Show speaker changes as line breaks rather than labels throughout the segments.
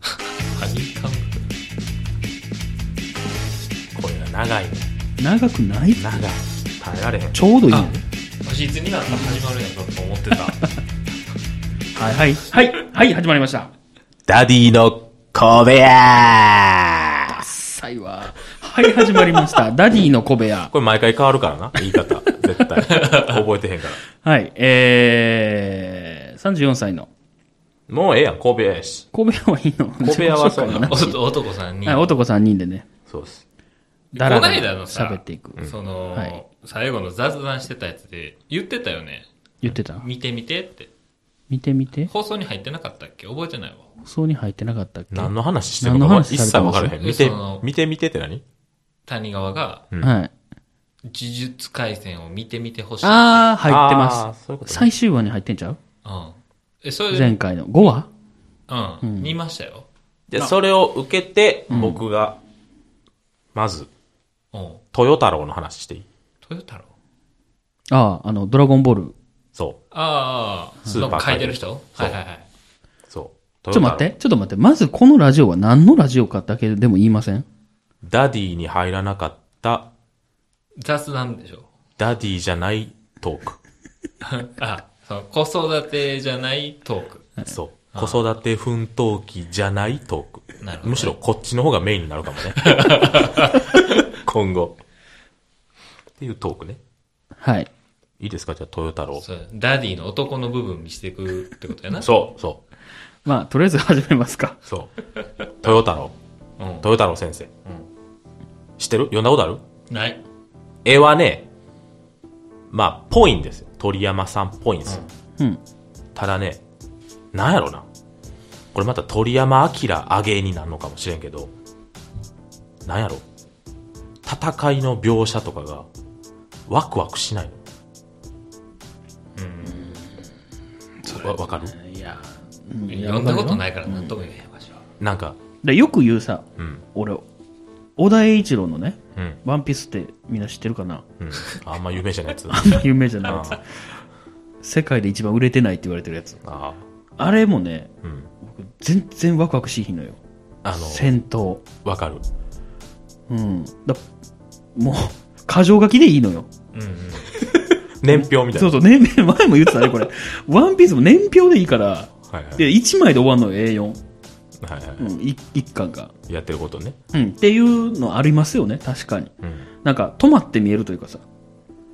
ハニカムこれが長いね
長くない
長い耐えられへん
ちょうどいいの
あ私いつになったら始まるんやろと思ってた
はいはい。はい。はい、始まりました。
ダディの小部屋
さいわ。はい、始まりました。ダディの小部屋。
これ毎回変わるからな言い方絶対覚えてへんから
はい。えー、34歳の。
もうええやん神戸屋やし
小部屋はいいの
小部屋はそう やな
な。は
お男さんに、
い、男3人でね。
そうです
だらだ
こないだの
ら
さ
喋っていく。
その、
はい
最後の雑談してたやつで言ってたよね。
言ってた
見て見てって。
見てみて。
放送に入ってなかったっけ覚えてないわ。
放送に入ってなかったっけ
何の話してるのか
何の
も
話
一切分からへん
され
見
て
て
ます
見て見てって何
谷川が
うん
はい。
呪術廻戦を見てみてほしい。
あー、入って
あ
ま
ーそういうこと
す。
ね
最終話に入ってんちゃう
うん。え、それで、
前回の5話
うん、見ましたよ。
でそれを受けて僕がまず
うん。
豊太郎の話していい
豊太郎
ああ、あの、ドラゴンボール。ち
そ
ああ、
スーパー
書いてる人
そう
はいはいはい。
うそう
ょっと待って、ちょっと待って。まずこのラジオは何のラジオかだけでも言いません
ダディに入らなかった
雑談でしょ。
ダディじゃないトーク
あ、その子育てじゃないトーク。
そう。子育て奮闘記じゃないトーク。
なるほど
むしろこっちの方がメインになるか もね。今後。っていうトークね。
はい。
いいですかじゃあ、豊太郎。
そうダディの男の部分見せていくってことやな。
そう、そ
まあ、とりあえず始めますか。
う、そう。豊太郎。
う。うん。
豊太郎先生。知ってる読んだことある
ない。
絵はね、まあ、ぽいんですよ。鳥山さんっぽいんですよ。
うん。
ただね、なんやろな。これまた鳥山明上げになるのかもしれんけど、なんやろ。戦いの描写とかが、ワクワクしないの。わわかる
いや、
読んだことないからなんとも言えへんわしは。
なんか、
でよく言うさ、
うん、
俺、小田栄一郎のね、
うん、
ワンピースってみんな知ってるか な
うん。あんま有名じゃないや つ。
有名じゃないや
あ
つ。世界で一番売れてないって言われてるやつ。
あ
あれもね、
ー、うん。
僕全然ワクワクしひんのよ。
あの、
戦闘。
わかる。
うん。だもう、過剰書きでいいのよ。
うんうん。
年表みたいな。
そうそう、年表、前も言ってたね、これ。ワンピースも年表でいいから、
はいはい。
で、1枚で終わんのよ、A4。
はいは
うん、い一巻が。
い。やってることね。
うん、っていうのありますよね、確かに。
うん。
なんか、止まって見えるというかさ。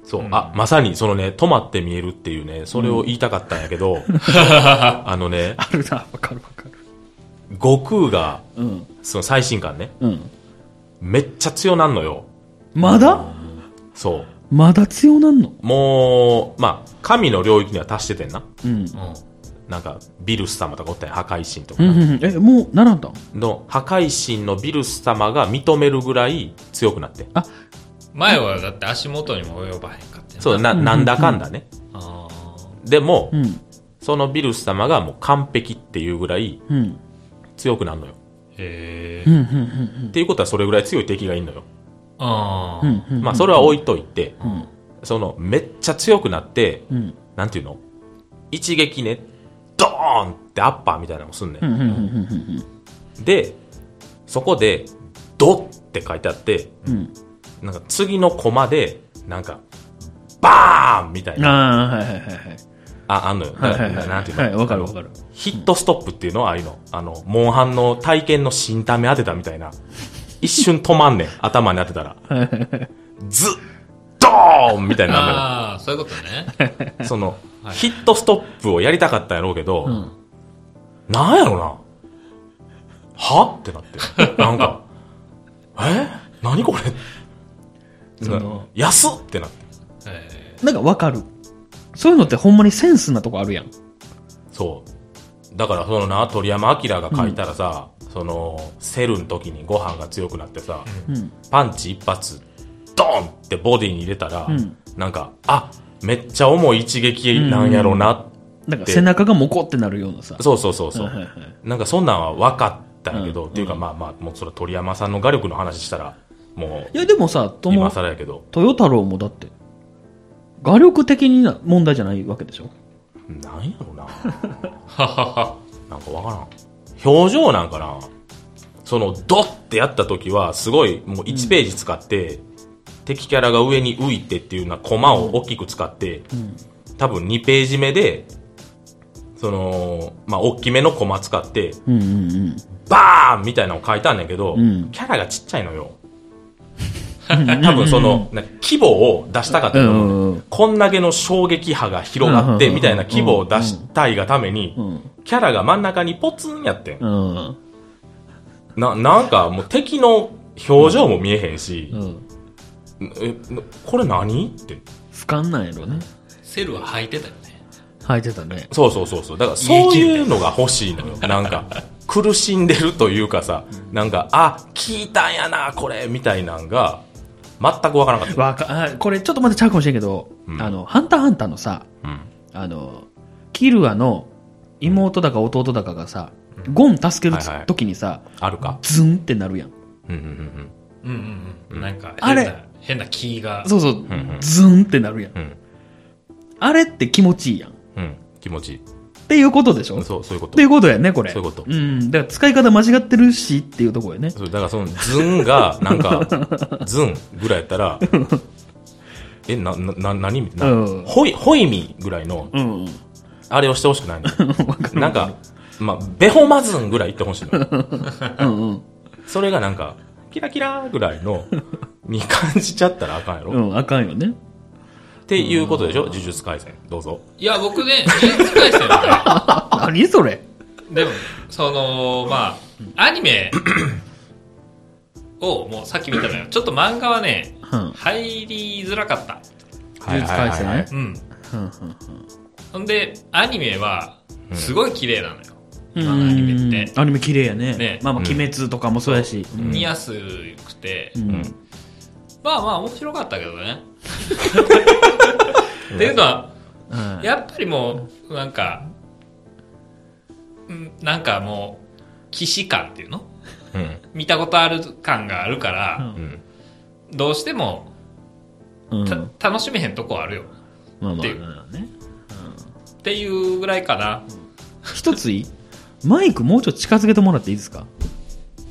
そう、
うん
あ、まさにそのね、止まって見えるっていうね、それを言いたかったんやけど、 あのね、
あるな、わかるわかる。
悟空が、
うん、
その最新刊ね、
うん。
めっちゃ強なんのよ。
まだ
そう。
まだ強なんの
もう、まあ、神の領域には達しててんな。
うん。
うん。
なんか、ビルス様とかおったやん、破壊神とか
うん、うん、うんえ、もう、並んだん
の、破壊神のビルス様が認めるぐらい強くなってん。
前はだって足元にも及ばへんかって。
そう、
う。
な、
うん
なんだかんだね。
あ
でも
う、ん、
そのビルス様がもう完璧っていうぐらい
うん、
強くなるのよ。
ーへ
うん、う
え。
ん、うん
っていうことはそれぐらい強い敵がいんのよ。
あ
うん、う
あ。
ん、うん。
まあ、それは置いといて、
うん、
その、めっちゃ強くなって、
うん、
なんていうの一撃ね、ドーンってアッパーみたいなのもすんね。
うん、うんん、うん、うん、
で、そこで、ドって書いてあって、
うん
なんか次のコマで、なんか、バーンみたい
うん。
な、
ああ、はいはいはいはい。
あ、あんのよ。
はい
な
はい
な
はい。
なんていうの、
はい、わかるわかる。
ヒットストップっていうのはああいうの。あの、モンハンの体験の新ため当てたみたいな。一瞬止まん ねん。頭に当てたら。ずっ、ドーンみたいになるのよ。
ああ、そういうことね。
その、
はい
ヒットストップをやりたかったんやろうけど、
ん
なんやろな。はってなって。なんか、え何これ
その
安っってなって。
え
なんかわかる。そういうのってほんまにセンスなとこあるやん。
そう。だからそのな、鳥山明が書いたらさ、その、セルの時にご飯が強くなってさ、
うん。
パンチ一発、ドーンってボディに入れたら、
うん
なんか、あ、めっちゃ重い一撃なんやろな、
なんか背中がモコってなるようなさ。
そうそうそうそう。
はいはいはい
なんかそんなんは分かったんやけど、
うん
っていうかまあまあ、もうそれは鳥山さんの画力の話したら、も
いや、でもさ、
う、
とも
今、更やけど、
豊太郎もだって、画力的な問題じゃないわけでしょ
なんやろな。
え。ははは。
なんか分からん。表情なんかな。そのドッてやった時はすごいもう1ページ使って、敵キャラが上に浮いてっていうようなコマを大きく使って、
うん
多分2ページ目でそのまあ大きめのコマ使って
うんうん
バーンみたいなのを書いたんだけど、
うん
キャラがちっちゃいのよ 多分そのな規模を出したかった
う
と思う、
んうん
こんだけの衝撃波が広がっ
う
て
ん
みたいな規模を出したいがために、
うん
キャラが真ん中にポツンやってん、
うん
ななんかもう敵の表情も見えへんし、
うん
えこれ何って
俯瞰なんやろね
セルは履いてたよね。
履いてたね
そうそうそうそうだからそういうのが欲しいのよなんか苦しんでるというかさなんかあ聞いたんやなこれみたいなんが全くわからなかった、
わかあこれちょっとまたちゃうかもしれんけど、
うん
あのハンターハンターのさ
うん
あのキルアの妹だか弟だかがさ、ゴン助けるつ
はいはい
時にさ、
あるか
ズンってなるやん
うんうんうん
うんうんうん。なんか
あ
変
れ
な、変な気が。
そうそう、
んうん
ズンってなるやん
うんうん
あれって気持ちいいやんっ
うん気持ちいい
ていうことでしょっ
そうそういうこと
ていうことやねこれ
そういうこと
んだから使い方間違ってるしっていうところやね
そうだからそのズンがなん かズンぐらいやったらえななな何みたいな、
うん
ホイホイミぐらいの
うんうん
あれをしてほしくない のなんか、まあ、ベホマズンぐらい言ってほしいのよ。
うんうん
それがなんか、キラキラぐらい の、に感じちゃったらあかんやろ、
う
っ
んあかんよね
ていうことでしょ呪術廻戦。どうぞ。
いや、僕ね、呪術廻戦は
何それ
ね、でも、その、まあ、アニメ をもうさっき見たのよ。ちょっと漫画はね、
うん
入りづらかった。
呪術廻戦
はいはいはい
うん。
うん
ほんで、アニメは、すごい綺麗なのよ。
うん
今のアニメって
うんアニメ綺麗やね
ね
まあまあ
うん
鬼滅とかもそうやしうん
見やすくて、
うん
まあまあ面白かったけど ね。っていうのは、
うん
やっぱりもう、なんか、うんなんかもう、既視感っていうの
うん。
見たことある感があるから、
うん。
どうしても、
うん
た楽しめへんとこあるよ。
まあま
っ
あ
ていう
ね
っていうぐらいかな。
一ついいマイクもうちょっと近づけてもらっていいですか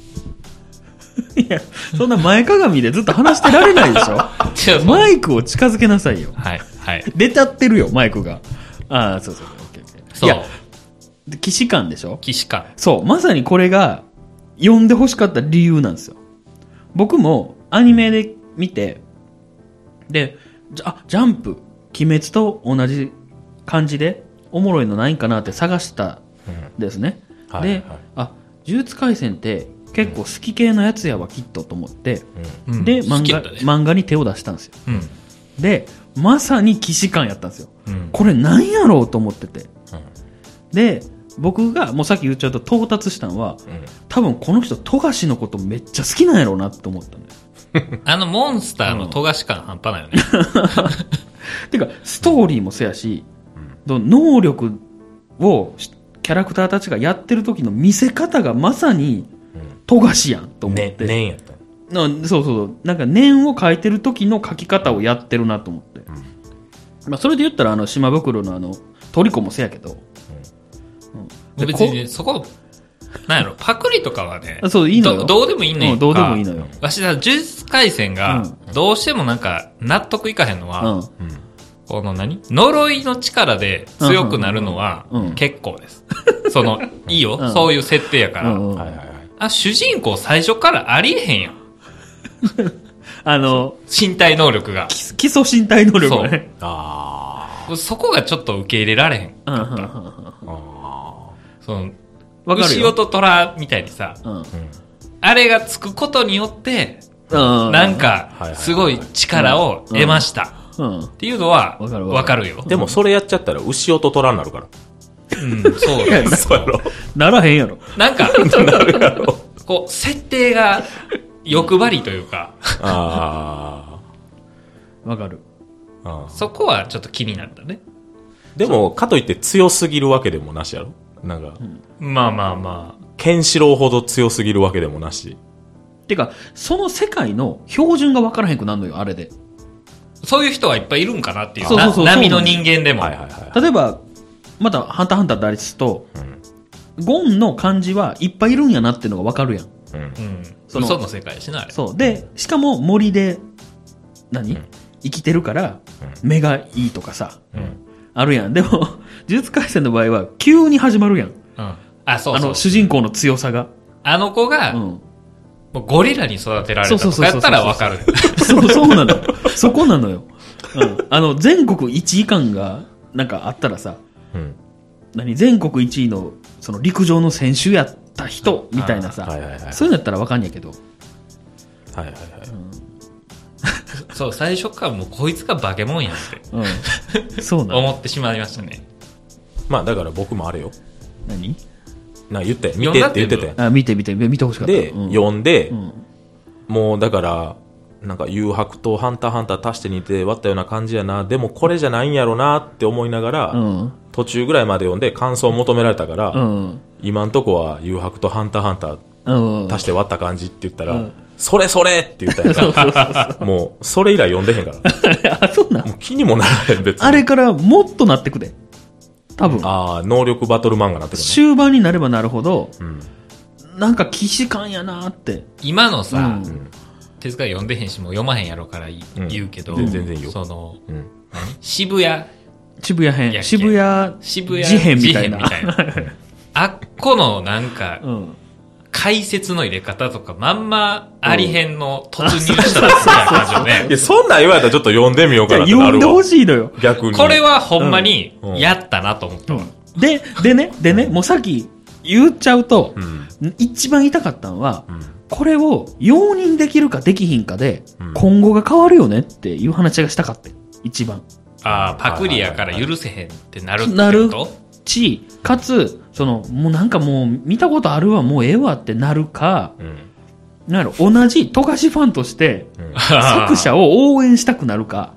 いやそんな前かがみでずっと話してられないでしょ
違う
マイクを近づけなさいよ
はい、はい。
出ちゃってるよマイクがああそうそうそうオッケーオッケー
そ
いうや、で既視感でしょ
既視感。
そうまさにこれが読んで欲しかった理由なんですよ僕もアニメで見てでじゃあジャンプ鬼滅と同じ感じでおもろいのないんかなって探したんですね、
うんはいは
で、
い
あ呪術廻戦って結構好き系のやつやわきっとと思って、
うん
で漫
好きや
画
ったね
漫画に手を出したんですよ
うん。
でまさに既視感やったんですよ
うん。
これなんやろうと思ってて
うん。
で僕がもうさっき言っちゃうと到達したのは
うん。
多分この人富樫のことめっちゃ好きなんやろうなって思ったのよ
あの、モンスターの尖し感半端ないよね。
てかストーリーもせやし、能力をしキャラクターたちがやってる時の見せ方がまさに富樫やんと思っ
ね、
て、
ねんやった。
なそうそうそうなんか年を書いてる時の書き方をやってるなと思って、まあ、それで言ったらあの島袋のあのトリコもせやけど、うんで
別
こ
にね、そこ、なんやろ、パクリとかはね、
あそういいのよ
どどうでもいいね
うんどうでもいいのよ。
わしさ、呪術廻戦が、どうしてもなんか、納得いかへんのは、
う
この何呪いの力で強くなるのは
うんうん、
結構です。 その、いいよ、
うん
そういう設定やから。
ん、うん
はいはいはい。
あ、主人公最初からありえへんやん。
あの
身体能力が。
基基礎身体能力がね
あ
そこがちょっと受け入れられへん。
うんうんうんうん
ーあ
その、
わかる
牛
よ
尾と虎みたいにさ、
うん
ー。うん。
あれがつくことによって、
な
な、
はい
ん
はい
か
は、い
すごい力を得ました。っ
うん、い
ていうのは、
わかる
わ
わ
か
か
るよ。
でもそれやっちゃったら牛音虎になるから。
うん、 そうだ
や
よ。
そうやろ
ならへんやろ。
なん か、
なるやろ。
こう、設定が欲張りというか、
あ
わかる。
ーあー。
そこはちょっと気になったね。
でも、かといって強すぎるわけでもなしやろなんか、
まあまあまあ。
ケンシロウほど強すぎるわけでもなし。
てか、その世界の標準がわからへんくなるのよ、あれで。
そういう人はいっぱいいるんかなっていう。
そうそうそう
な波
そうな
の
んです
人間でも。
はいはいは
例えば、また、ハンターハンターであれですと、
い。うん
ゴンの漢字はいっぱいいるんやなってのがわかるやん。
うん
うん。
その
嘘の世界やしな、あれ。
そう。で、しかも森で、何、
うん
生きてるから、
う
目がいいとかさ、
うん
あるやん。でも、呪術廻戦の場合は、急に始まるやん。
うん。あ、そう
あ
そう
の、。主人公の強さが。
あの子が、
うん。
もうゴリラに育てられた
そう
と
そうそう
か
そ
や
う
ったらわかる。
そう、そうなの。そこなのよ。うん。あの、全国1位感が、なんかあったらさ、
うん
何全国1位の、その陸上の選手やった人、みたいなさ、
はいはいはいはい
そういうのやったらわかんやけど、
はいはい
そう、最初からもうこいつが化け物やんって
うん。そうなの。
思ってしまいましたね。
まあだから僕もあれよ
何
なんか言って見てって言ってて
あ、見て見て、見てほしかった。
で、
うん、
読んで、
うん
もうだからなんか誘白とハンターハンター足して似て割ったような感じやなでもこれじゃないんやろなって思いながら、
うん。
途中ぐらいまで読んで感想を求められたから、
うん。
今んとこは誘白とハンターハンター
うん。
足して割った感じって言ったら、
うん
それそれって言ったやんかもうそれ以来読んでへんから
あ、そうなん
もう気にもならへん別に
あれからもっとなってくで。多分。
ああ能力バトル漫画なってくるね
終盤になればなるほど、
うん
なんか既視感やなーって。
今の
う
さ、
ん
手塚読んでへんし、もう読まへんやろからい
うん
言うけど、
全然全然よ
その、
うん
渋谷、
渋谷
いや
編。渋谷
渋谷
事変みたいな。
事変みたいな あっこのなんか、
うん。
解説の入れ方とか、まんまありへんの突入したみたいな感じよね
い。やそんなん言われたらちょっと読んでみよう
じ
かな
ゃあ
ってな
呼ん
る
で
わ
ほしいのよ。
逆に
これはほんまに
うん
やったなと思ったわ。
で、でね、でね、もうさっき言っちゃうと
う、ん
一番痛かったのは、
うん
これを容認できるかできひんかで
うん、
今後が変わるよねっていう話がしたかった。一番。
ああ、パクリやから許せへんってなるってこと
なるち、かつ、その、もうなんかもう見たことあるわ、もうええわってなるか、
うん
なる同じ富樫ファンとして、
うん
作者を応援したくなるか、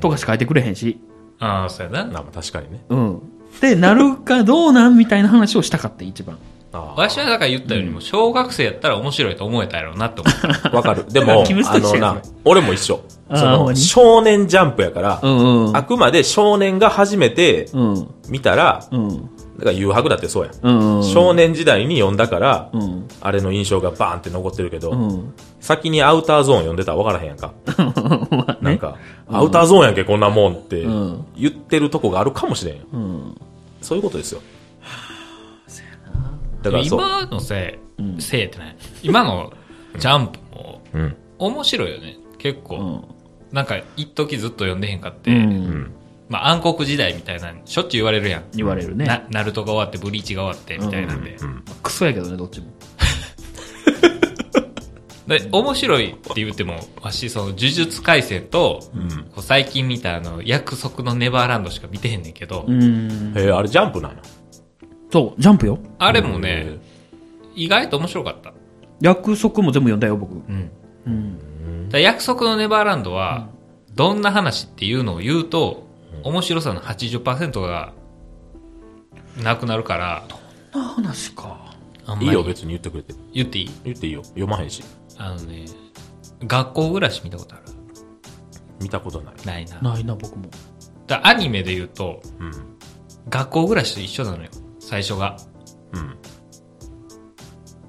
富樫書いてくれへんし、
ああ、そうやな。
まあ確かにね
うん。ってなるかどうなんみたいな話をしたかった、一番。
あ
わしはだから言ったよりも、小学生やったら面白いと思えたやろうなって思った。
あわかるでも
キムス
あ
とし
の
てや
な
そ
俺も一緒
あー
そ
ほんま
の
に
少年ジャンプやから
うんうん。
あくまで少年が初めて
うん。
見たら
うん。
だから誘白だってそうやん
うんうん。
少年時代に読んだから
うん。
あれの印象がバーンって残ってるけど、
うん。
先にアウターゾーン読んでたら分からへんやん か。
まあ
なん
ね。
か、アウターゾーンやんけ、こんなもんって
うん
言ってるとこがあるかもしれんよ。
うん。
そういうことですよ。だからそう。
今のせい、
うん
せいってない。今のジャンプも
うん。
面白いよね。結
う
構。
ん。
なんか、一時ずっと読んでへんかっ
う
て、
ん。
まあ暗黒時代みたいな、しょっちゅう言われるやん。
言われるね。
な、ナルトが終わって、ブリーチが終わって、みたいなんで。
クソやけどね、どっちも。
で、面白いって言っても、わし、その、呪術廻戦と、
ん
こう最近見たあの、約束のネバーランドしか見てへんねんけど、
うん。
えー、あれジャンプなの
そう、ジャンプよ。
あれもね、意外と面白かった。
約束も全部読んだよ、僕。
うん。
うん。
だから約束のネバーランドは、どんな話っていうのを言うと、面白さの80%が、なくなるから、
な話か。
あんま
い
り
いよ、別に言ってくれて。
言っていい
言っていいよ。読まへんし。
あのね、学校暮らし見たことある
見たことない。
ないな。だか
ないな、僕も。
らアニメで言うと、
うん。
学校暮らしと一緒なのよ、最初が。
うん。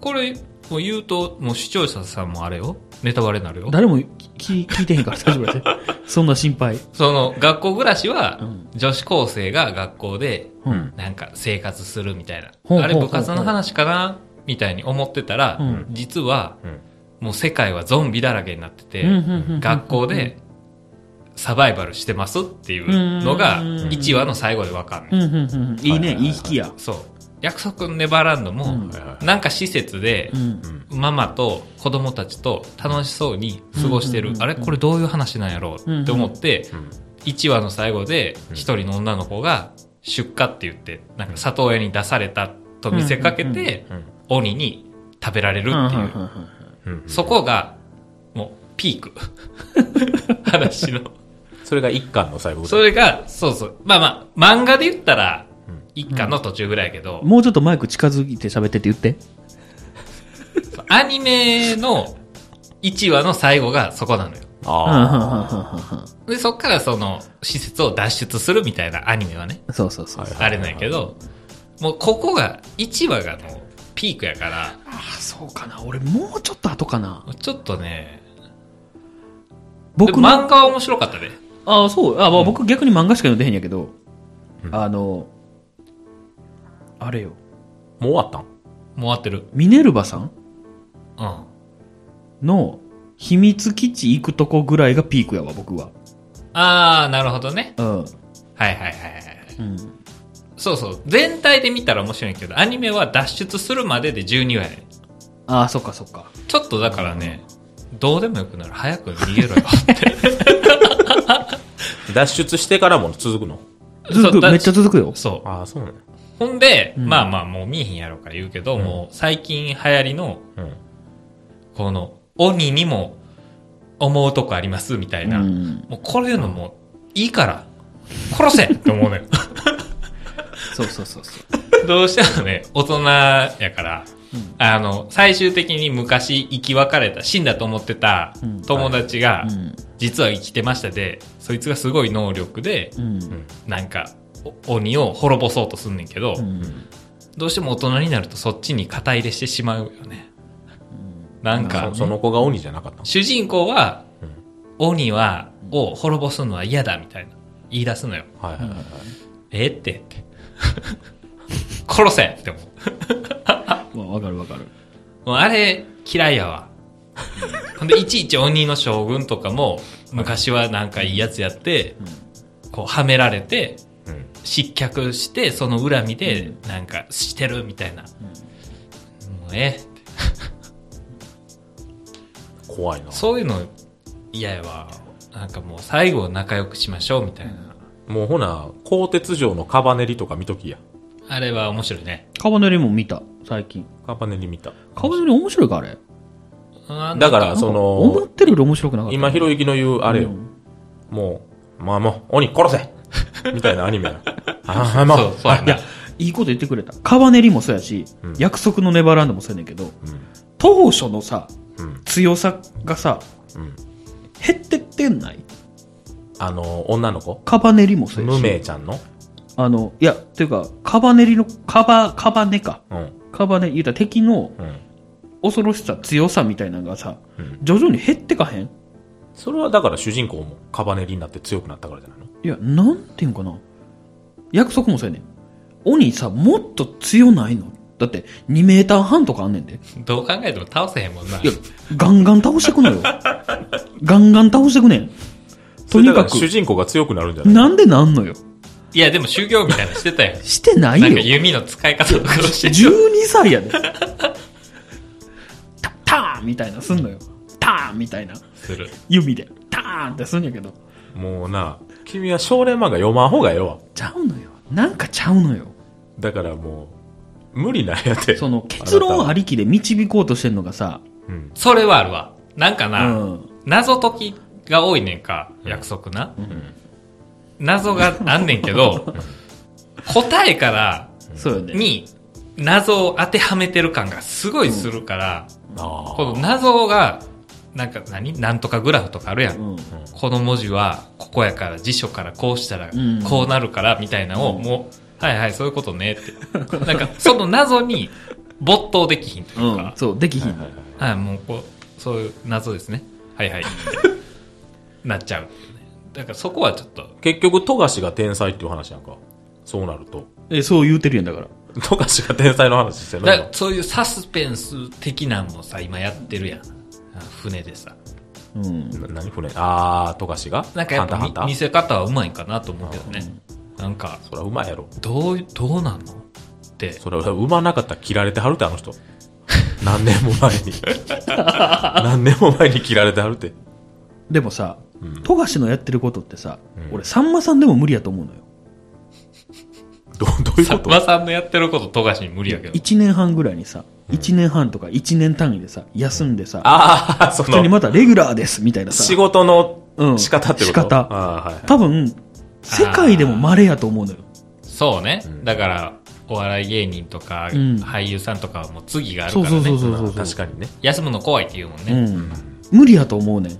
これ、もう言うと、もう視聴者さんもあれよ。ネタバレになるよ。
誰も聞聞いてへん から大丈夫やで。そんな心配。
その、学校暮らしは
うん、
女子高生が学校で、
うん。
なんか生活するみたいな。
ほうほうほう
あれ部活の話かなみたいに思ってたら、
うん
実は、
うん
もう世界はゾンビだらけになってて、
うんうんうん
学校で、サバイバルしてますっていうのが、
うん
1話の最後でわかんない。
うんうんうんうん。いいね、いい引きや。
そう。約束のネバーランド
う
も
ん、
はいはい
なんか施設で、
うん。
うん。
ママと子供たちと楽しそうに過ごして
うん
る
うんう。ん
あれこれどういう話なんやろうって思って、
うん。
1話の最後で
うん
一人の女の子が出荷って言って、なんか里親に出されたと見せかけて、
うん。
鬼に食べられるっていう。
うん。
そこが、もう、ピーク。話の。
それが一巻の最後ぐらい
それが、そうそう。まあまあ、漫画で言ったら
うん、
一巻の途中ぐらいやけど、
もうちょっとマイク近づいて喋ってって言って。
アニメの1話の最後がそこなのよ。
あ
で、そっからその、施設を脱出するみたいなアニメはね、
そうそうそう。
はい
あれなんやけど、もうここが、1話がもう、ピークやから、
あ。
あそうかな俺もうちょっと後かな
ちょっとね、で
僕
も
の
漫画は面白かったで。
あそうあ、まあ、僕逆に漫画しか読んでへんやけど、
うん
あのあれよ
もう終わったん
もう終わってる。
ミネルバさん
うん。
の秘密基地行くとこぐらいがピークやわ僕は
あー、なるほどね。
うん、
はいはいはいはい。
うん、
そうそう。全体で見たら面白いけど、アニメは脱出するまでで12話やね。
ああそっかそっか
ちょっとだからね、どうでもよくなる。早く逃げろ よ。
脱出してからも続くの
続
そう
くめっちゃ続くよ
そう。
ああ、そうね。
ほんで、
うん
まあまあもう見えへんやろうから言うけど、
うん
もう最近流行りの、
うん。
この、鬼にも思うとこありますみたいな。
うん、
もうこういうのもいいから、殺せって思う のよ。
そうそうそうそう
どうしてもね、大人やから、
うん
あの、最終的に昔生き別れた、死んだと思ってた
うん
友達が、
うん
実は生きてましたで、そいつがすごい能力で、
うん
なんか、お鬼を滅ぼそうとすんねんけど、
うん
どうしても大人になるとそっちに肩入れしてしまうよね。なん
そ
か
の、その子が鬼じゃなかったの
主人公は
うん、
鬼は、を滅ぼすのは嫌だみたいな、言い出すのよ。
はいはいはいはい。
ええって って。殺せって思う。
まあわかるわかる
もうあれ、嫌いやわ。ほんで、いちいち鬼の将軍とかも、昔はなんかいいやつやって、こう、はめられて、
うん。
失脚して、その恨みで
う、
なんか、してるみたいな。もうええって
怖いな。
そういうの嫌やわ。なんかもう、最後仲良くしましょうみたいな。
もうほな、鋼鉄城のカバネリとか見ときや。
あれは面白いね。
カバネリも見た最近
カバネリ見た。
カバネリ面白いかあれ
あ
だから、
なんか
そ
思っ
の、
てるより面白くなかった
今、ひろゆきの言う、あれよ
う。ん
もう、まあもう、鬼殺せみたいなアニメ や。ああ、ま
そう
あ、
そうや
いや
な。
いいこと言ってくれたカバネリもそうやし、
うん
約束のネバーランドもそうやねんけど
うん。
当初のさ
うん。
強さがさ
うん。
減ってってんない
あの、女の子
カバネリもそうや
無
し
名ちゃんの
あのいやっていうかカバネリのカバカバネか
うん。
カバネ言うたら敵の
うん。
恐ろしさ強さみたいなのがさ
うん。
徐々に減ってかへん
それはだから主人公もカバネリになって強くなったからじゃないの
いやなんていうんかな約束もそうやねん鬼さもっと強ないのだって2メーター半とかあんねんで
どう考えても倒せへんもんな。
いや、ガンガン倒してくの よ。ガンガン倒してくねん。とに
それだ
か
ら主
く、
人公が強くなるんじゃない
なんでなんのよ。
いや、でも修行みたいなのして たやん。
してない
なんか
よ。
弓の使い方とか教えて
12歳やで。タターンみたいなすんのよ。ターンみたいな。
す る。
指で。ターンってすんやけど。
もうな、君は少年漫画読まん方がええわ。
ちゃうのよ。なんかちゃうのよ。
だからもう、無理なんやって。
その結論あ
り。
りきで導こうとしてんのがさ、
うん。
それはあるわ。なんか
う
な、
ん。
謎解きが多いねんか、約束な。
ん
謎があんねん けど、答えから、
そうよね。
に、謎を当てはめてる感がすごいするから、
あ
この謎が、なんか何なんとかグラフとかあるやん。
うん。
この文字は、ここやから、辞書からこうしたら
うん、
こうなるから、みたいなのを、
うん
もう、はいはい、そういうことねって。なんか、その謎に没頭できひんという
うん
か。、
そう、できひん。
はい、もうこう、そういう謎ですね。はいはい。なっちゃう。だからそこはちょっと、
結局、富樫が天才っていう話やんか。そうなると。
え、そう言うてるやんだから。
富樫が天才の話してる
だから
の
そういうサスペンス的なんもさ、今やってるやん。あ船でさ。
うん。
な何船あー、富樫が
なんかや
ハ
っ
ンターハンタ
ぱ
ー
見見せ方はうまいんかなと思うけどね。なんか、
そらうまいやろ。
どう、どうなんのって。
そら、うまなかったら切られてはるって、あの人。何年も前に。何年も前に切られてはるって。
でもさ、
うん
富樫のやってることってさ、
うん
俺、さんまさんでも無理やと思うのよ。
ど、どういう
さ
こと
んまさんのやってること、富樫に無理やけど。
1年半ぐらいにさ、1年半とか1年単位でさ、休んでさ、
あー、そ
普通に
の、
またレギュラーですみたいな
仕
さ、
事
う
の
ん
仕方ってこと、
仕方
あーはいはい。
多分、世界でも稀やと思うのよ。
そうね。
ん
だから、お笑い芸人とか、
うん
俳優さんとかはもう次があるか
そう
らね。
そうそうそうそう。
確かにね。
休むの怖いって言うもんね。
うん。無理やと思うねん。やっ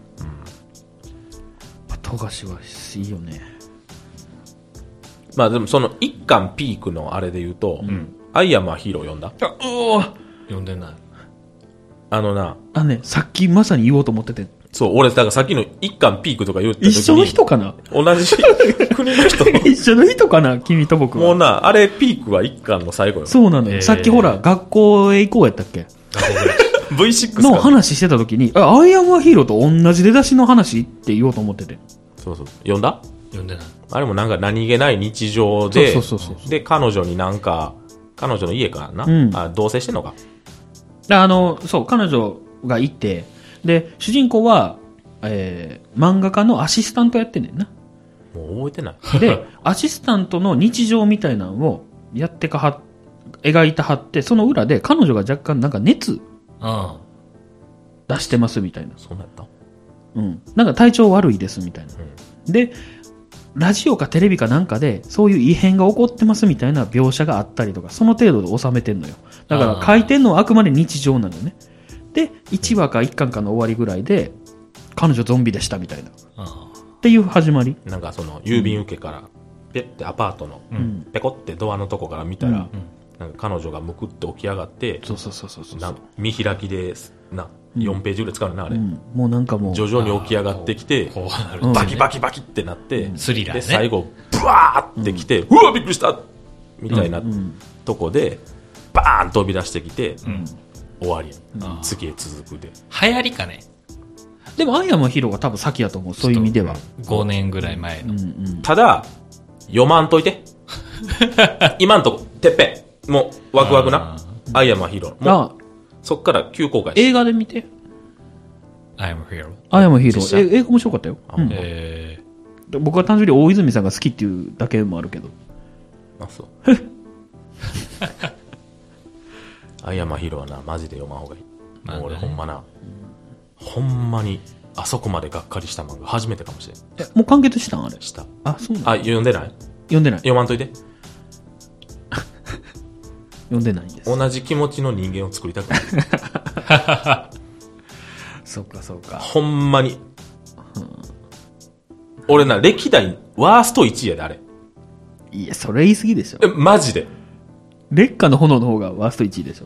ぱ富樫はいいよね。
まあでもその一巻ピークのあれで言うと、アイアムはヒーロー読んだ
うお
呼んでない。
あのな、
あのね、さっきまさに言おうと思ってて。
そう、俺、だからさっきの一巻ピークとか言った時に
一緒の人かな
同じ国の人。
一緒の人かな君と僕
もう
は。
な、あれピークは一巻の最後よ。
そうなの
えー
よ。さっきほら、学校へ行こうやったっけ
V6
の
か。
話してた時に、あアイアムアヒーローと同じ出だしの話って言おうと思ってて。
そうそう。読んだ
読んでない。
あれもなんか何気ない日常で、
そうそうそうそ
で、彼女になんか、彼女の家かな、
うん
あ同棲してんのか。
であの、そう、彼女がいて、で、主人公は、えー漫画家のアシスタントやってんねんな。
もう覚えて ない。
で、アシスタントの日常みたいなのをやってかは、描いたはって、その裏で彼女が若干なんか熱
あ
出してますみたいな。
そんなんやった
うん。なんか体調悪いですみたいな。で、ラジオかテレビかなんかで、そういう異変が起こってますみたいな描写があったりとか、その程度で収めてんのよ。だか
あ
ら
ー
書いてんのはあくまで日常なのよね。で、1話か1巻かの終わりぐらいで、彼女ゾンビでしたみたいな。っ
あ。
ていう始まり。
なんかその、郵便受けから、ペッてアパートの、
うん
ペコってドアのとこから見たら、
うん
なんか彼女がむくって起き上がって、
そうそうそうそうそう。
な見開きです。な、4ページぐらい使うのな、あ
う
れ。
ん。もうなんかもう。
徐々に起き上がってきて、
こうなる
うん
と
バキバキバキってなって、
スリラーね
で最後ブワーってきて、うわびっくりしたみたいな
うん。
とこで、バーン飛び出してきて、
ん
終わりや
あー
次へ続くで
流行りかね。
でも、アイアムヒーローが多分先やと思う。そういう意味では。
5年ぐらい前
う
の。
んうん。
ただ読まんといて今んとこてっぺんもうワクワクな
あ
アイアムアヒーローもう
あ、
そっから急降下して
映画で見て。
I'm hero.
アイアムヒーロ
実写
ー。え映画面白かったよ。
あ
うん
えー
僕は単純に大泉さんが好きっていうだけもあるけど。
あそうアイアムアヒーローはなマジで読まんほうがいい、
まあね
もう俺ほんまなほんまにあそこまでがっかりした漫画初めてかもしれん
えもう完結したんあれ。
した
あ、そうなの
あ読んでない
読んでない。
読まんといて
読んでないんです。
同じ気持ちの人間を作りたくない
そうか、そうか。
ほんまに俺な歴代ワースト1位やであれ
いや、それ言い過ぎでしょ。
えマジで
劣化の炎の方がワースト1位でしょ。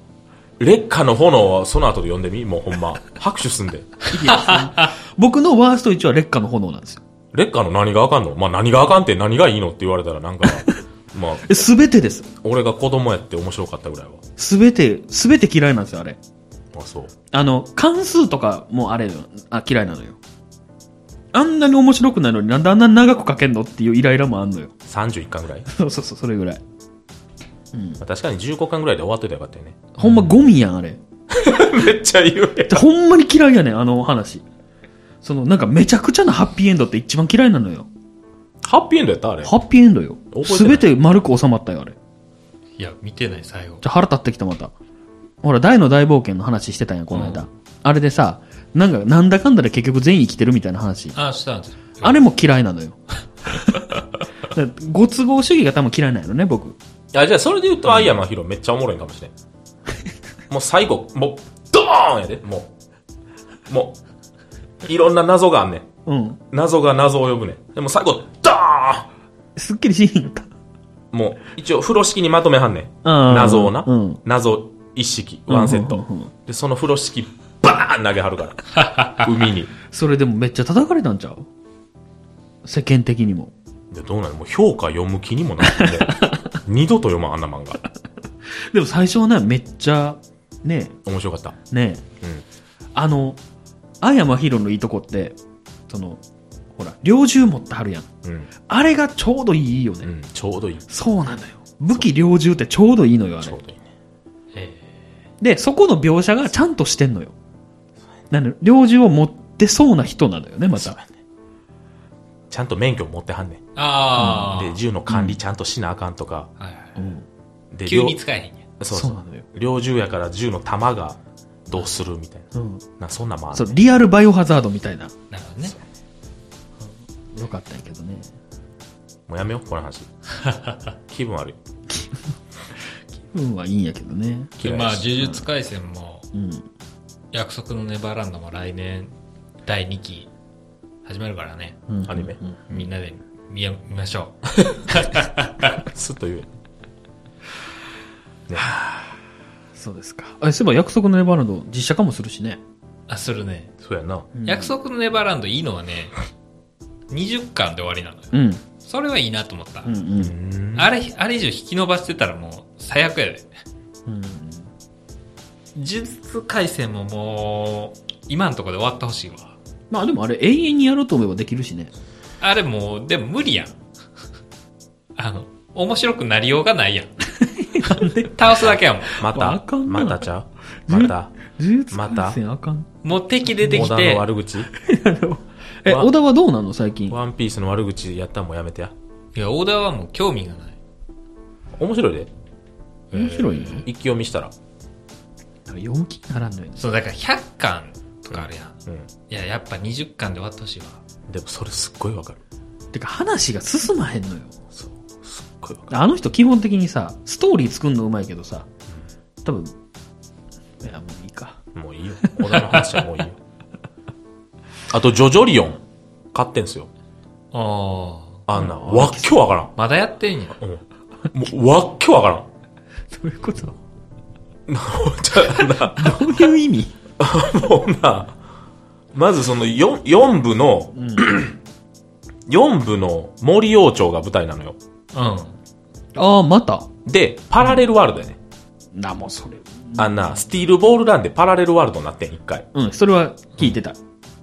劣化の炎はその後で読んでみもうほんま拍手すんで
僕のワースト1位は劣化の炎なんですよ。
劣化の何があかんのまあ何があかんって何がいいのって言われたらなんかまあ
え、すべてです。
俺が子供やって面白かったぐらいは
すべて、すべて嫌いなんですよ、あれ。
あそう
あの、関数とかもあれよあ、嫌いなのよ。あんなに面白くないのになんであんな長く書けんのっていうイライラもあんのよ。
31巻ぐらい、ま
そうそうそう、それぐらい。
あ、確かに15巻ぐらいで終わっといたらよかったよね
ほんまゴミやん、あれ。
めっちゃ言うやん
でほんまに嫌いやねん、あの話。その、なんかめちゃくちゃなハッピーエンドって一番嫌いなのよ。
ハッピーエンドやったあれ
ハッピーエンドよ
覚え。て
す
ない
べて丸く収まったよ、あれ。じ
いや、見てない、最後。
ゃ、腹立ってきた、また。ほら、大の大冒険の話してたんや、この間。あれでさ、なんか、なんだかんだで結局全員生きてるみたいな話。
あ、したんですよ
あれも嫌いなの よ。だからご都合主義が多分嫌いなんやろね、僕。
あ、じゃあそれで言うと、アイアマヒロめっちゃおもろいんかもしれん。もう最後、もう、ドーンやで、もう。もう、いろんな謎があんねん。
うん。
謎が謎を呼ぶねん。でも最後、ドー
すっきりしひんか。
ンもう、一応風呂敷にまとめはんねん。
あー
謎をな。
うん
謎一式、ワンセット。
うんうんうん
で、その風呂敷、バーン投げはる から。海に。
それでもめっちゃ叩かれたんちゃう世間的にも。
で、どうなのもう評価読む気にもなってんで。二度と読まん、あんな漫画。
でも最初はね、めっちゃ、ね
面白かった。
え、ねえ、
うん
あの、アイアマヒーローのいいとこって、その、ほら、猟銃持ってはるやん。
うん。
あれがちょうどいいよね。
うん、ちょうどいい。ち
そうなのよ。武器猟銃ってちょうどいいのよ、あれ
ょう。どいいね。
で、そこの描写がちゃんとしてんのよ。なの猟銃を持ってそうな人なのよね、また。
ちゃんと免許持ってはんねん。
あ
で、銃の管理ちゃんとしなあかんとか、
あ。はいはい
うん
で、
急に
両
使えへんやん。
そう
そ
そうう
なのよ。
両銃やから銃の弾がどうするみたいな。
うん。
なそんなんもあん
そ
ね
う、リアルバイオハザードみたいな。
なるほどね。
よかったんやけどね。
もうやめよう、この話。気分悪い。
うんはいいんやけどね。
嫌い
まあ、
やし
呪術廻戦も、
うん。
約束のネバーランドも来年、第2期、始まるからね。
うん
アニメ。
みんなで見や見ましょ
すっと言う。
そうですか。あ、そういえば約束のネバーランド実写化もするしね。
あ、するね。
そうやな。
うん
約束のネバーランドいいのはね、20巻で終わりなのよ。
うん。
それはいいなと思った。
うんう。
うんん
あれ、あれ以上引き伸ばしてたらもう最悪やで。
うん。
呪術回戦ももう、今のところで終わってほしいわ。
まあでもあれ永遠にやろうと思えばできるしね。
あれもう、でも無理やん。 あの、面白くなりようがないやん。倒すだけやもん。
ま
あか
た、
んな
またちゃうまた、
呪術廻戦あかん。
もう敵出て
モ
き
ダの
て、
悪口
え、
わ
小田はどうなんの最近。
ワンピースの悪口やったんもやめてや。
いや、オーダーはもう興味がない。
面白いで。
面白いね。
一気読みしたら。
読む気にならんのよね。
そう、だから100巻とかあるやん。
うん。
いや、やっぱ20巻で終わってほしいわ。
でもそれすっごいわかる。
てか話が進まへんのよ。
そう。すっごいわかる。
あの人基本的にさ、ストーリー作るのうまいけどさ、多分、いや、もういいか。
もういいよ。小田の話はもういいよ。 あと、ジョジョリオン。買ってんすよ。
あ
あんな。わっきょわか
あ。まだやってんや。
らん。うん。もう、わっきょわ からん。
どういうことど
ちゃうな。
ういう意味
もうな、まずその 4, 四部の、4部の森王朝が舞台なのよ。
う
ああ、また。
で、パラレルワールドやね。
な、もうそれ。
あんな、スティールボールランでパラレルワールドになってん、一回。
うん、それは聞いてた。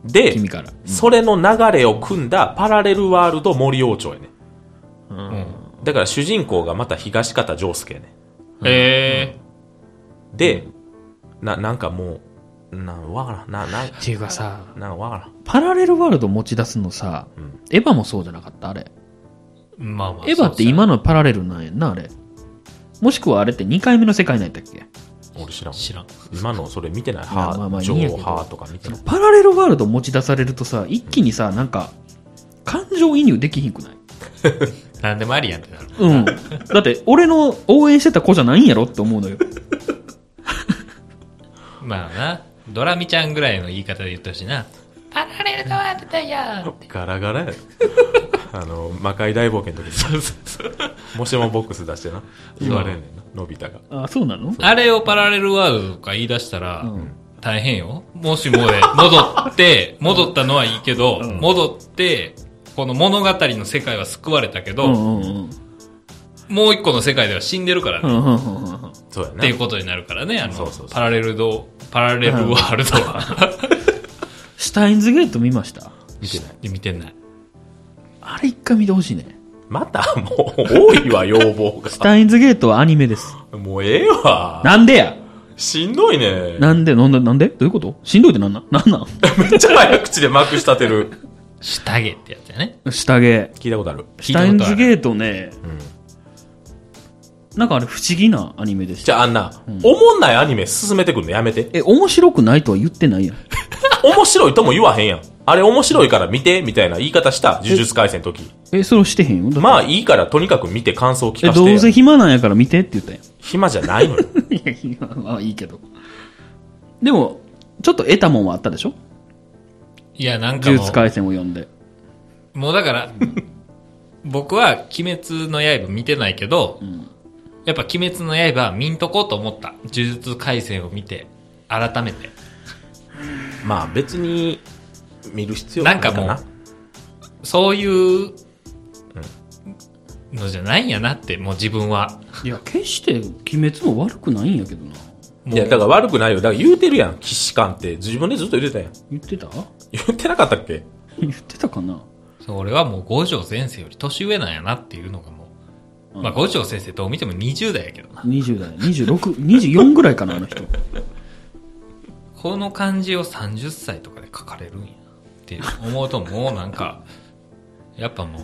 で、
君から。
それの流れを組んだパラレルワールド森王朝やね。
うん
ん。うん。
だから主人公がまた東方丈介やね。
え
で、な、なんかもう、な、わからん。な、な、
っていうかさ、
な、わからん。
パラレルワールド持ち出すのさ、
うん
エヴァもそうじゃなかったあれ。
ー、まあまあ。
エヴァって今のパラレルなんやんな、あれ。もしくはあれって2回目の世界なんやったっけ
俺知らん
そう。知らん。
今のそれ見てない。
まあまあま
はぁ、
あ
情
いいんやけど
はぁとか見てない。
パラレルワールド持ち出されるとさ、一気にさ、なんか、感情移入できひんくない
なんでもありやんってなる。
うん。だって、俺の応援してた子じゃないんやろって思うのよ。
まあな。ドラミちゃんぐらいの言い方で言ってほしいな。パラレルワールドやーって。
ガラガラや ろあの、魔界大冒険の時に、 もしもボックス出してな。言われんねんな、のび太が。
あ、そうなの
あれをパラレルワールドとか言い出したら、
うん
大変よ。もしもで、戻って、戻ったのはいいけど、戻って、この物語の世界は救われたけ
う
ど、
んうんうん。
もう一個の世界では死んでるから
う
ね、
んうんうんうんうん。
そうや
っ
な
ていう。ことになるからね、あの、
そうそうそう
パラレルド、パラレルワールドは。
シュタインズゲート見ました
見てない。
見てない。
あれ一回見てほしいね。
また、もう、多いわ、要望
シュタインズゲートはアニメです。
が。 もうええわ。
なんでや
しんどいね。
なんで、なんで、なんでどういうことしんどいってなんなんなんな
めっちゃ早口でまくし立てる。
下着ってやつやね。
ん下着。
聞いたことある。
シュタインズゲートね、
うん。
なんかあれ不思議なアニメでし
じ
た。
ゃあ、あんな、おもんないアニメ進めてくんのやめて。
え、面白くないとは言ってない やん。
面白いとも言わへんやん。あれ面白いから見て、みたいな言い方した、呪術廻戦の時。
え、それをしてへんよ。だって
まあいいから、とにかく見て感想を聞
え、
かせ
どう
て
せ
や。
暇なんやから見てって言ったやん。
暇じゃないのよ。
いや、今はいいけど。でも、ちょっと得たもんはあったでしょ
いや、なんか
呪
も
術廻戦を読んで。
う、もう だから、僕は鬼滅の刃見てないけど、やっぱ鬼滅の刃見んとこうと思った。呪術廻戦を見て、改めて。
まあ別に見る必要
なんかもう、そういうのじゃないんやなって、もう自分は。
いや、決して鬼滅も悪くないんやけどな。
いやだから悪くないよだから言うてるやん騎士官って自分でずっと言うてたやん
言ってた
言ってなかったっけ
言ってたかな
そう俺はもう五条先生より年上なんやなっていうのがもう、まあ五条先生どう見ても20代やけどな。
?20 代、26、24ぐらいかな、あの 人。
この漢字を30歳とかで書かれるんやって思うともうなんか、 やっぱもう、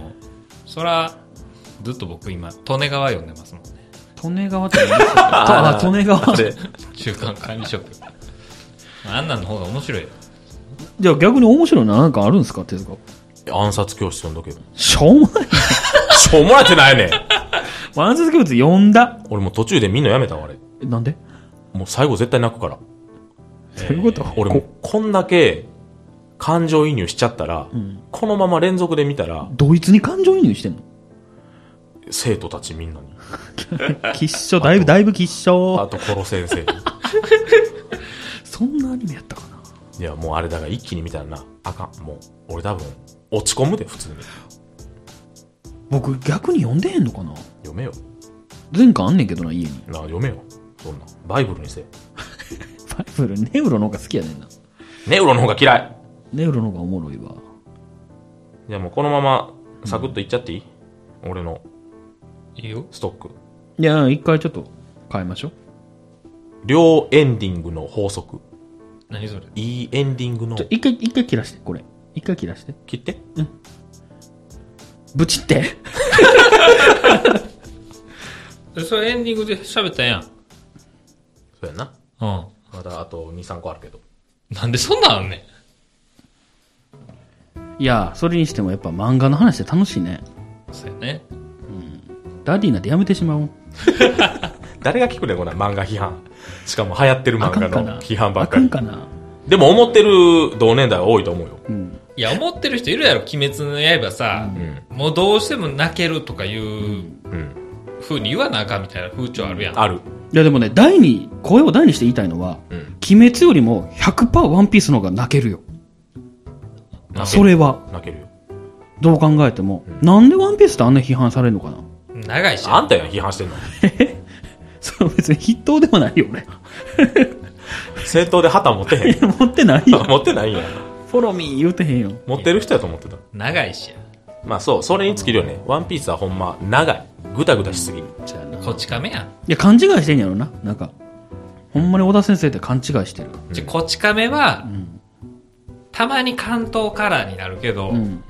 そら、ずっと僕今、利根川読んでますもんね。
利根川って何でしたっけああ、利根川。
で
中間管理職。 あんなんの方が面白いよ。
じゃあ逆に面白いのなんかあるんですか手塚。
暗殺教室読んどけよ
しょうもない。
しょうもらってないねん
ワンズ物読んだ。
俺もう途中でみんなやめたわあれ
えなんで
もう最後絶対泣くから
どういうこと
俺もうこんだけ感情移入しちゃったら、このまま連続で見たら
ドイツに感情移入してんの
生徒たちみんなに。
吉祥、だいぶ、だいぶ吉
あ
祥。
と、コロ先生に。
そんなアニメやったかない
や、もうあれだから一気に見たらな、あかん。もう、俺多分、落ち込むで、普通に。
僕逆に読んでへんのかな
読めよ。
前回あんねんけどな、家に。
な、読めよ。そんな。バイブルにせえ。
バイブル、 ネウロの方が好きやねんな。
ネウロの方が嫌い。
ネウロの方がおもろいわ。
じゃあもうこのまま、サクッといっちゃっていい、俺の
いいよ。
ストック。
いや、一回ちょっと変えましょう。
両エンディングの法則。
何それ
いいエンディングの
ちょ、、一回、一回切らして、これ。一回切らして。
切って。
ブチって。
えそれエンディングで喋ったやん。
そうやんな。
うん。
まだあと2、3個あるけど。
なんでそんなんあんね ん。
いや、それにしてもやっぱ漫画の話って楽しいね。
そうやね。
ダディなんてやめてしまおう。
誰が聞くねんこんな漫画批判。しかも流行ってる
あ
漫
か
画
んかな。
の批判ばっかり
あ。かんかな。
でも思ってる同年代は多いと思うよ。
うん。
いや、思ってる人いるやろ、鬼滅の刃さ、
ん
もうどうしても泣けるとかいう
うん。
風に言わなあかんみたいな風潮あるやん。
ある。
いやでもね、第に、声を大にして言いたいのは、
うん。
鬼滅よりも100%ワンピースの方が泣けるよ。それは、
泣けるよ。
どう考えても。なんでワンピースってあんな批判されるのかな
長いし。
あんたやん、批判してんの。
それ別に筆頭でもないよ、俺。
正当で旗持ってへん。
持ってないよ。
持ってないんや。
フォローミー言うてへんよ。
持ってる人やと思ってた。
長いしや。
まあそう、それに尽きるよね。ワンピースはほんま、長い。ぐたぐたしすぎ。
じゃあな。い
こち亀やん。
や、勘違いしてんやろな。なんか、ほんまに小田先生って勘違いしてる。
じゃ、こち亀は、たまに関東カラーになるけど、
うん。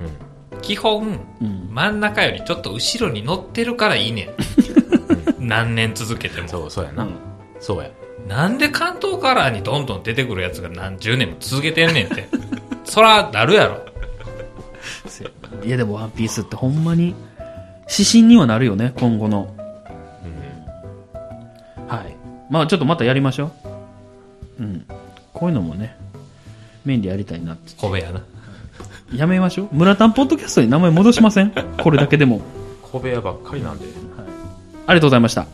基本、
うん。
真ん中よりちょっと後ろに乗ってるからいいね ん。何年続けても。
そう、そうやな。
うん
そうや。
なんで関東カラーにどんどん出てくるやつが何十年も続けてんねんって。そら、なるやろ。
いや、でもワンピースってほんまに、指針にはなるよね、今後の。はい。まあ、ちょっとまたやりましょう。うん。こういうのもね、メインでやりたいなって。
小部屋な。
やめましょう。村田ポッドキャストに名前戻しませんこれだけでも。
小部屋ばっかりなんで。
ありがとうございました。